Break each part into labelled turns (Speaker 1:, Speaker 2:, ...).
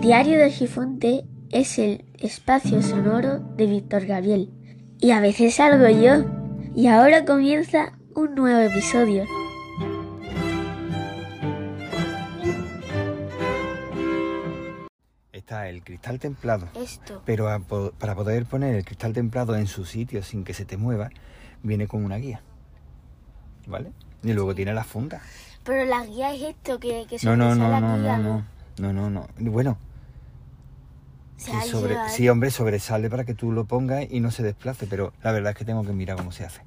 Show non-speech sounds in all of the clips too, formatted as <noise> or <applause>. Speaker 1: Diario de Gifonte es el espacio sonoro de Víctor Gabriel. Y a veces salgo yo. Y ahora comienza un nuevo episodio.
Speaker 2: Está el cristal templado.
Speaker 1: Esto.
Speaker 2: Pero a po- para poder poner el cristal templado en su sitio sin que se te mueva, viene con una guía. ¿Vale? Y luego tiene la funda.
Speaker 1: Pero la guía es esto que, que
Speaker 2: No, no,
Speaker 1: sobresale
Speaker 2: no,
Speaker 1: aquí,
Speaker 2: no, no,
Speaker 1: algo.
Speaker 2: no. No, no, no. Bueno,
Speaker 1: Se
Speaker 2: que
Speaker 1: ha
Speaker 2: sobre-
Speaker 1: llevado.
Speaker 2: sí, hombre, sobresale para que tú lo pongas y no se desplace, pero la verdad es que tengo que mirar cómo se hace.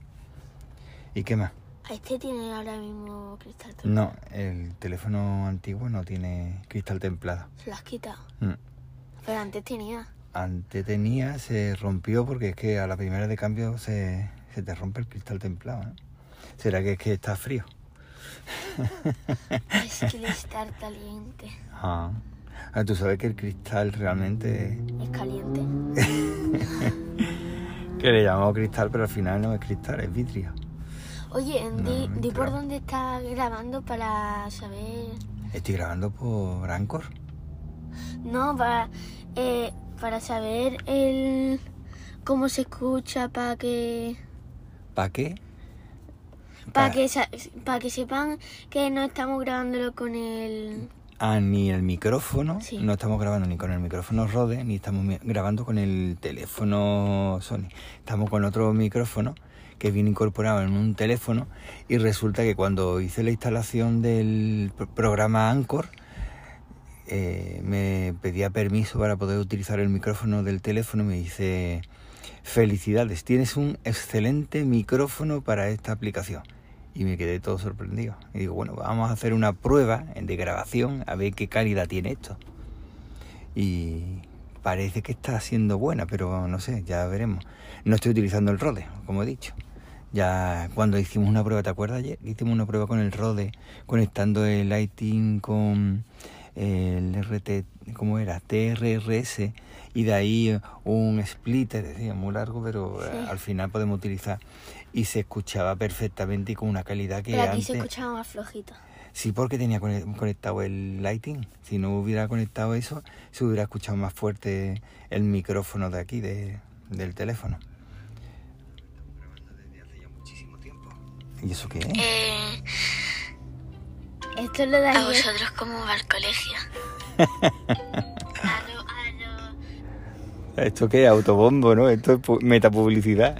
Speaker 2: ¿Y qué más?
Speaker 1: Este tiene ahora mismo cristal. templado.
Speaker 2: No, el teléfono antiguo no tiene cristal templado.
Speaker 1: Se lo has quitado.
Speaker 2: Mm.
Speaker 1: Pero antes tenía.
Speaker 2: Antes tenía, se rompió porque es que a la primera de cambio se, se te rompe el cristal templado. ¿no? ¿Será que es que está frío?
Speaker 1: Es que de estar caliente.
Speaker 2: Ah. Ah, tú sabes que el cristal realmente...
Speaker 1: Es caliente.
Speaker 2: Que le llamamos cristal, pero al final no es cristal, es vitrio.
Speaker 1: Oye,
Speaker 2: No,
Speaker 1: di,
Speaker 2: no
Speaker 1: di por
Speaker 2: entraba.
Speaker 1: dónde está grabando para saber.
Speaker 2: Estoy grabando por Anchor.
Speaker 1: No, para, eh, para saber el cómo se escucha, para que
Speaker 2: ¿Para qué?
Speaker 1: para
Speaker 2: Pa-
Speaker 1: que para que sepan que no estamos grabándolo con el
Speaker 2: Ah, ni el micrófono.
Speaker 1: Sí.
Speaker 2: No estamos grabando ni con el micrófono Rode, ni estamos mi- grabando con el teléfono Sony. Estamos con otro micrófono que viene incorporado en un teléfono y resulta que cuando hice la instalación del pro- programa Anchor, eh, me pedía permiso para poder utilizar el micrófono del teléfono y me dice, felicidades, tienes un excelente micrófono para esta aplicación. Y me quedé todo sorprendido. Y digo, bueno, vamos a hacer una prueba de grabación a ver qué calidad tiene esto. Y parece que está siendo buena, pero no sé, ya veremos. No estoy utilizando el Rode, como he dicho. Ya cuando hicimos una prueba, ¿te acuerdas ayer? Hicimos una prueba con el Rode, conectando el Lighting con el RT, ¿cómo era? TRRS, y de ahí un splitter, decía, muy largo, pero eh,
Speaker 1: Sí.
Speaker 2: al final podemos utilizar. Y se escuchaba perfectamente y con una calidad que
Speaker 1: pero aquí
Speaker 2: antes...
Speaker 1: se escuchaba más flojito.
Speaker 2: Sí, porque tenía cone- conectado el lighting. Si no hubiera conectado eso, se hubiera escuchado más fuerte el micrófono de aquí, de- del teléfono. ¿Y eso qué es?
Speaker 3: Eh,
Speaker 1: Esto lo da
Speaker 3: ¿A vosotros cómo va el colegio?
Speaker 1: a lo- a lo-
Speaker 2: ¿Esto qué es? Autobombo, ¿no? Esto es pu- metapublicidad.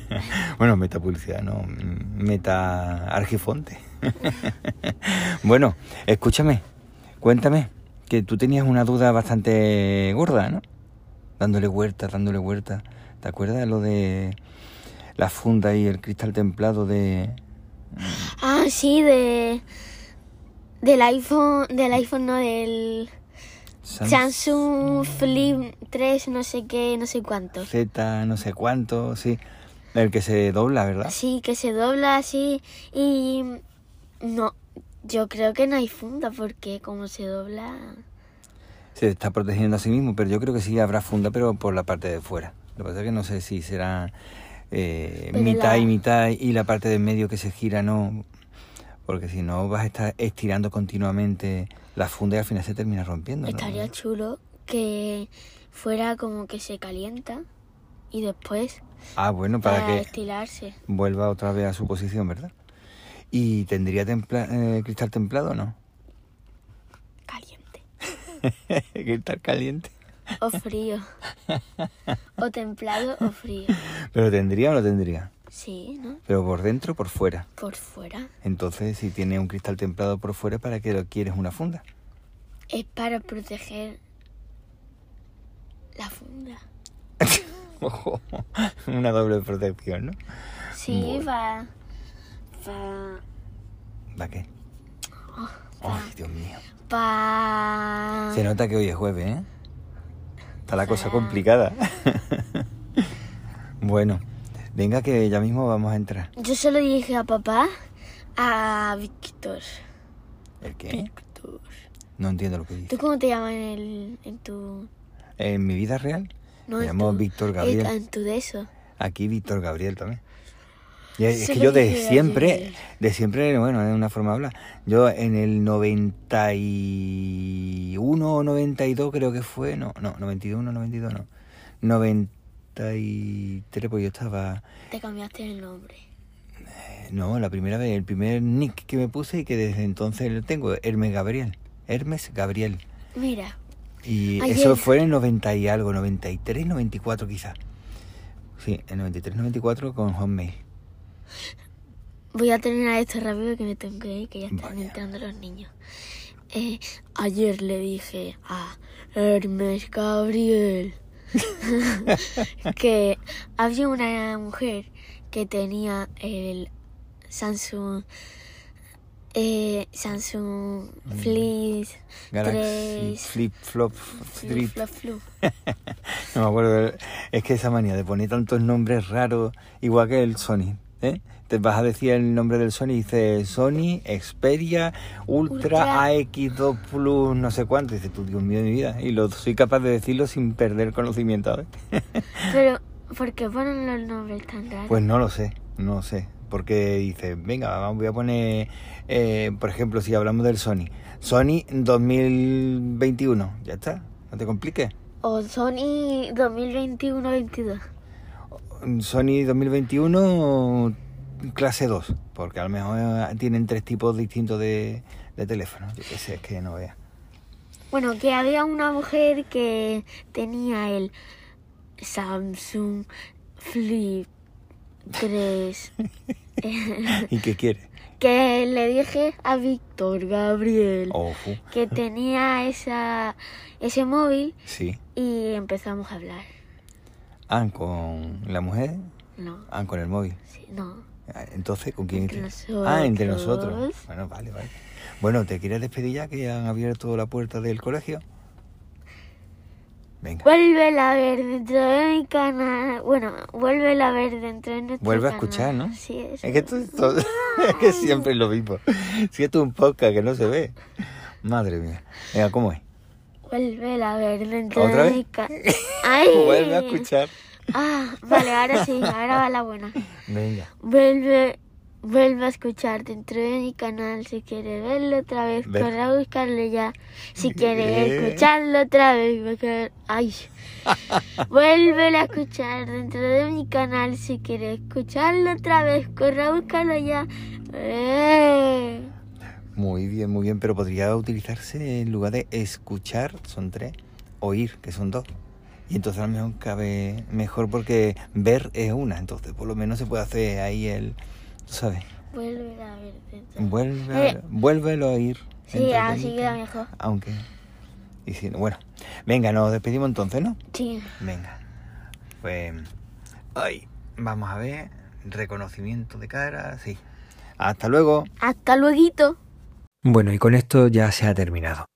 Speaker 2: <laughs> bueno, metapublicidad, no. mm, Meta argifonte. <laughs> bueno, escúchame. Cuéntame. Que tú tenías una duda bastante gorda, ¿no? Dándole vuelta, dándole vuelta. ¿Te acuerdas de lo de la funda y el cristal templado de...
Speaker 1: Ah, sí, de del iPhone, del iPhone no del
Speaker 2: Sam-
Speaker 1: Samsung Flip 3, no sé qué, no sé cuánto.
Speaker 2: Z, no sé cuánto, sí. El que se dobla, ¿verdad?
Speaker 1: Sí, que se dobla así y no, yo creo que no hay funda porque como se dobla
Speaker 2: se está protegiendo a sí mismo, pero yo creo que sí habrá funda, pero por la parte de fuera. Lo que pasa es que no sé si será eh,
Speaker 1: Pero
Speaker 2: mitad
Speaker 1: la-
Speaker 2: y mitad y la parte del medio que se gira no, porque si no vas a estar estirando continuamente la funda y al final se termina rompiendo. ¿no?
Speaker 1: estaría chulo que fuera como que se calienta y después
Speaker 2: Ah, bueno,
Speaker 1: para,
Speaker 2: para, que
Speaker 1: estilarse.
Speaker 2: vuelva otra vez a su posición, ¿verdad? ¿Y tendría templa- eh, cristal templado o no? <laughs>
Speaker 1: Caliente.
Speaker 2: cristal caliente.
Speaker 1: O frío. o templado o frío.
Speaker 2: ¿Pero tendría o no tendría?
Speaker 1: Sí, ¿no?
Speaker 2: Pero por dentro o por fuera.
Speaker 1: Por fuera.
Speaker 2: Entonces, si tiene un cristal templado por fuera, ¿para qué lo quieres una funda?
Speaker 1: Es para proteger la funda.
Speaker 2: Ojo, <laughs> una doble protección, ¿no?
Speaker 1: Sí,
Speaker 2: Bueno.
Speaker 1: va. Va.
Speaker 2: ¿Para qué? Ay, Dios mío.
Speaker 1: Pa...
Speaker 2: Se nota que hoy es jueves, ¿eh? Está la cosa complicada. <laughs> bueno, venga que ya mismo vamos a entrar.
Speaker 1: Yo se lo dije a papá, a Víctor.
Speaker 2: ¿El qué?
Speaker 1: Víctor.
Speaker 2: No entiendo lo que
Speaker 1: ¿Tú
Speaker 2: dices.
Speaker 1: cómo te llaman en, el, en tu...?
Speaker 2: En mi vida real,
Speaker 1: No, Eh,
Speaker 2: me
Speaker 1: en
Speaker 2: llamo
Speaker 1: tu-
Speaker 2: Víctor
Speaker 1: en-
Speaker 2: Gabriel.
Speaker 1: En tu de eso.
Speaker 2: Aquí Víctor Gabriel también. Y es que yo de siempre, de siempre, bueno, es una forma de hablar. Yo en el 91 o 92 creo que fue, no, no, 91 92 no. 93 pues yo estaba,
Speaker 1: Te cambiaste el nombre.
Speaker 2: eh, no, la primera vez, el primer nick que me puse y que desde entonces lo tengo, Hermes Gabriel, Hermes Gabriel.
Speaker 1: Mira,
Speaker 2: Y
Speaker 1: Ayer.
Speaker 2: eso fue en el 90 y algo, 93, 94 quizás. Sí, en 93, 94 con Homemade.
Speaker 1: voy a terminar esto rápido que me tengo que ir, que ya están
Speaker 2: Vaya.
Speaker 1: entrando los niños. Eh, ayer le dije a Hermes Gabriel <laughs> que había una mujer que tenía el Samsung eh, Samsung
Speaker 2: Mm.
Speaker 1: Flip
Speaker 2: Galaxy
Speaker 1: 3
Speaker 2: Flip Flop
Speaker 1: Flip
Speaker 2: Flip.
Speaker 1: Flop Flop.
Speaker 2: No me acuerdo. Es que esa manía de poner tantos nombres raros, igual que el Sony. ¿eh? Te vas a decir el nombre del Sony y dices Sony Xperia Ultra,
Speaker 1: Ultra.
Speaker 2: AX2 Plus, no sé cuánto. Y dices tú, Dios mío de mi vida. Y lo soy capaz de decirlo sin perder conocimiento. ¿eh? ¿sabes?
Speaker 1: Pero, ¿por qué ponen los nombres tan raros?
Speaker 2: Pues no lo sé, no lo sé. Porque dice, venga, vamos, voy a poner, eh, por ejemplo, si hablamos del Sony. Sony 2021, ya está, no te compliques.
Speaker 1: O Sony 2021-22.
Speaker 2: Sony 2021 clase 2, porque a lo mejor eh, tienen tres tipos distintos de, de teléfonos. Yo qué sé, es que no veas.
Speaker 1: Bueno, que había una mujer que tenía el Samsung Flip 3.
Speaker 2: ¿Y
Speaker 1: <laughs>
Speaker 2: qué quiere?
Speaker 1: que le dije a Víctor Gabriel
Speaker 2: Ojo,
Speaker 1: que tenía esa, ese móvil
Speaker 2: sí.
Speaker 1: y empezamos a hablar.
Speaker 2: Ah, con la mujer,
Speaker 1: No,
Speaker 2: ah, con el móvil.
Speaker 1: sí, no.
Speaker 2: Ah, Entonces, ¿con quién?
Speaker 1: Entre
Speaker 2: estás? Ah, entre
Speaker 1: nosotros.
Speaker 2: nosotros. Bueno, vale, vale. Bueno, ¿te quieres despedir ya que han abierto la puerta del colegio?
Speaker 1: Pues,
Speaker 2: Venga,
Speaker 1: Vuelve a ver dentro de mi canal. Bueno, vuelve a ver dentro de nuestro
Speaker 2: vuelve a
Speaker 1: canal.
Speaker 2: escuchar, ¿no?
Speaker 1: Sí,
Speaker 2: es
Speaker 1: eso.
Speaker 2: que esto es todo- <laughs> es que siempre es lo mismo. Si esto es un podcast que no se ve. Madre mía. Venga, ¿cómo es?
Speaker 1: Vuelve a ver dentro
Speaker 2: ¿Otra
Speaker 1: de
Speaker 2: vez?
Speaker 1: mi
Speaker 2: <laughs>
Speaker 1: canal. ¡Ay!
Speaker 2: Vuelve a escuchar.
Speaker 1: Ah, vale, ahora sí, ahora va la buena.
Speaker 2: Venga,
Speaker 1: Vuelve, vuelve a escuchar dentro de mi canal si quiere verlo otra vez.
Speaker 2: Ve-
Speaker 1: Corre a buscarlo ya. Si quiere
Speaker 2: Eh.
Speaker 1: escucharlo otra vez. porque-
Speaker 2: <laughs>
Speaker 1: Ay. Vuelve a escuchar dentro de mi canal si quiere escucharlo otra vez. Corre a buscarlo ya. Eh.
Speaker 2: muy bien, muy bien, pero podría utilizarse en lugar de escuchar, son tres, oír, que son dos. Y entonces a lo mejor cabe mejor porque ver es una, entonces por lo menos se puede hacer ahí el, tú sabes,
Speaker 1: Vuelve a ver dentro.
Speaker 2: vuelve a,
Speaker 1: Eh.
Speaker 2: vuélvelo a oír.
Speaker 1: Sí,
Speaker 2: Entretenido.
Speaker 1: así queda mejor.
Speaker 2: Aunque, y si- bueno, venga, nos despedimos entonces, ¿no?
Speaker 1: Sí.
Speaker 2: Venga. Pues hoy vamos a ver reconocimiento de cara, sí. Hasta luego.
Speaker 1: Hasta luego.
Speaker 2: Bueno, y con esto ya se ha terminado.